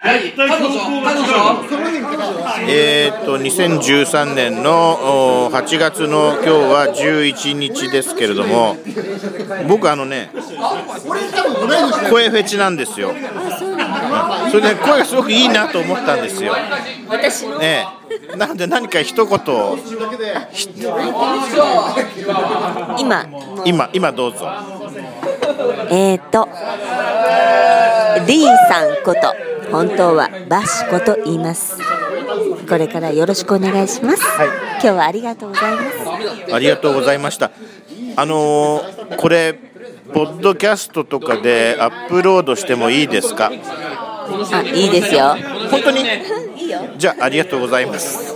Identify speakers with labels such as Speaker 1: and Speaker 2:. Speaker 1: 何彼女彼女
Speaker 2: えーっと2013年のお8月の今日は11日ですけれども僕あのね声フェチなんですよそれで声がすごくいいなと思ったんですよ
Speaker 3: 私の
Speaker 2: ええなので何か一言
Speaker 3: 今もう
Speaker 2: 今今どうぞ
Speaker 3: えーとリーさんこと本当はバシコと言いますこれからよろしくお願いします、今日はありがとうございます
Speaker 2: ありがとうございました。あのーこれポッドキャストとかでアップロードしてもいいですか。
Speaker 3: あいいですよ
Speaker 2: 本当に。
Speaker 3: いいよ
Speaker 2: じゃあありがとうございます。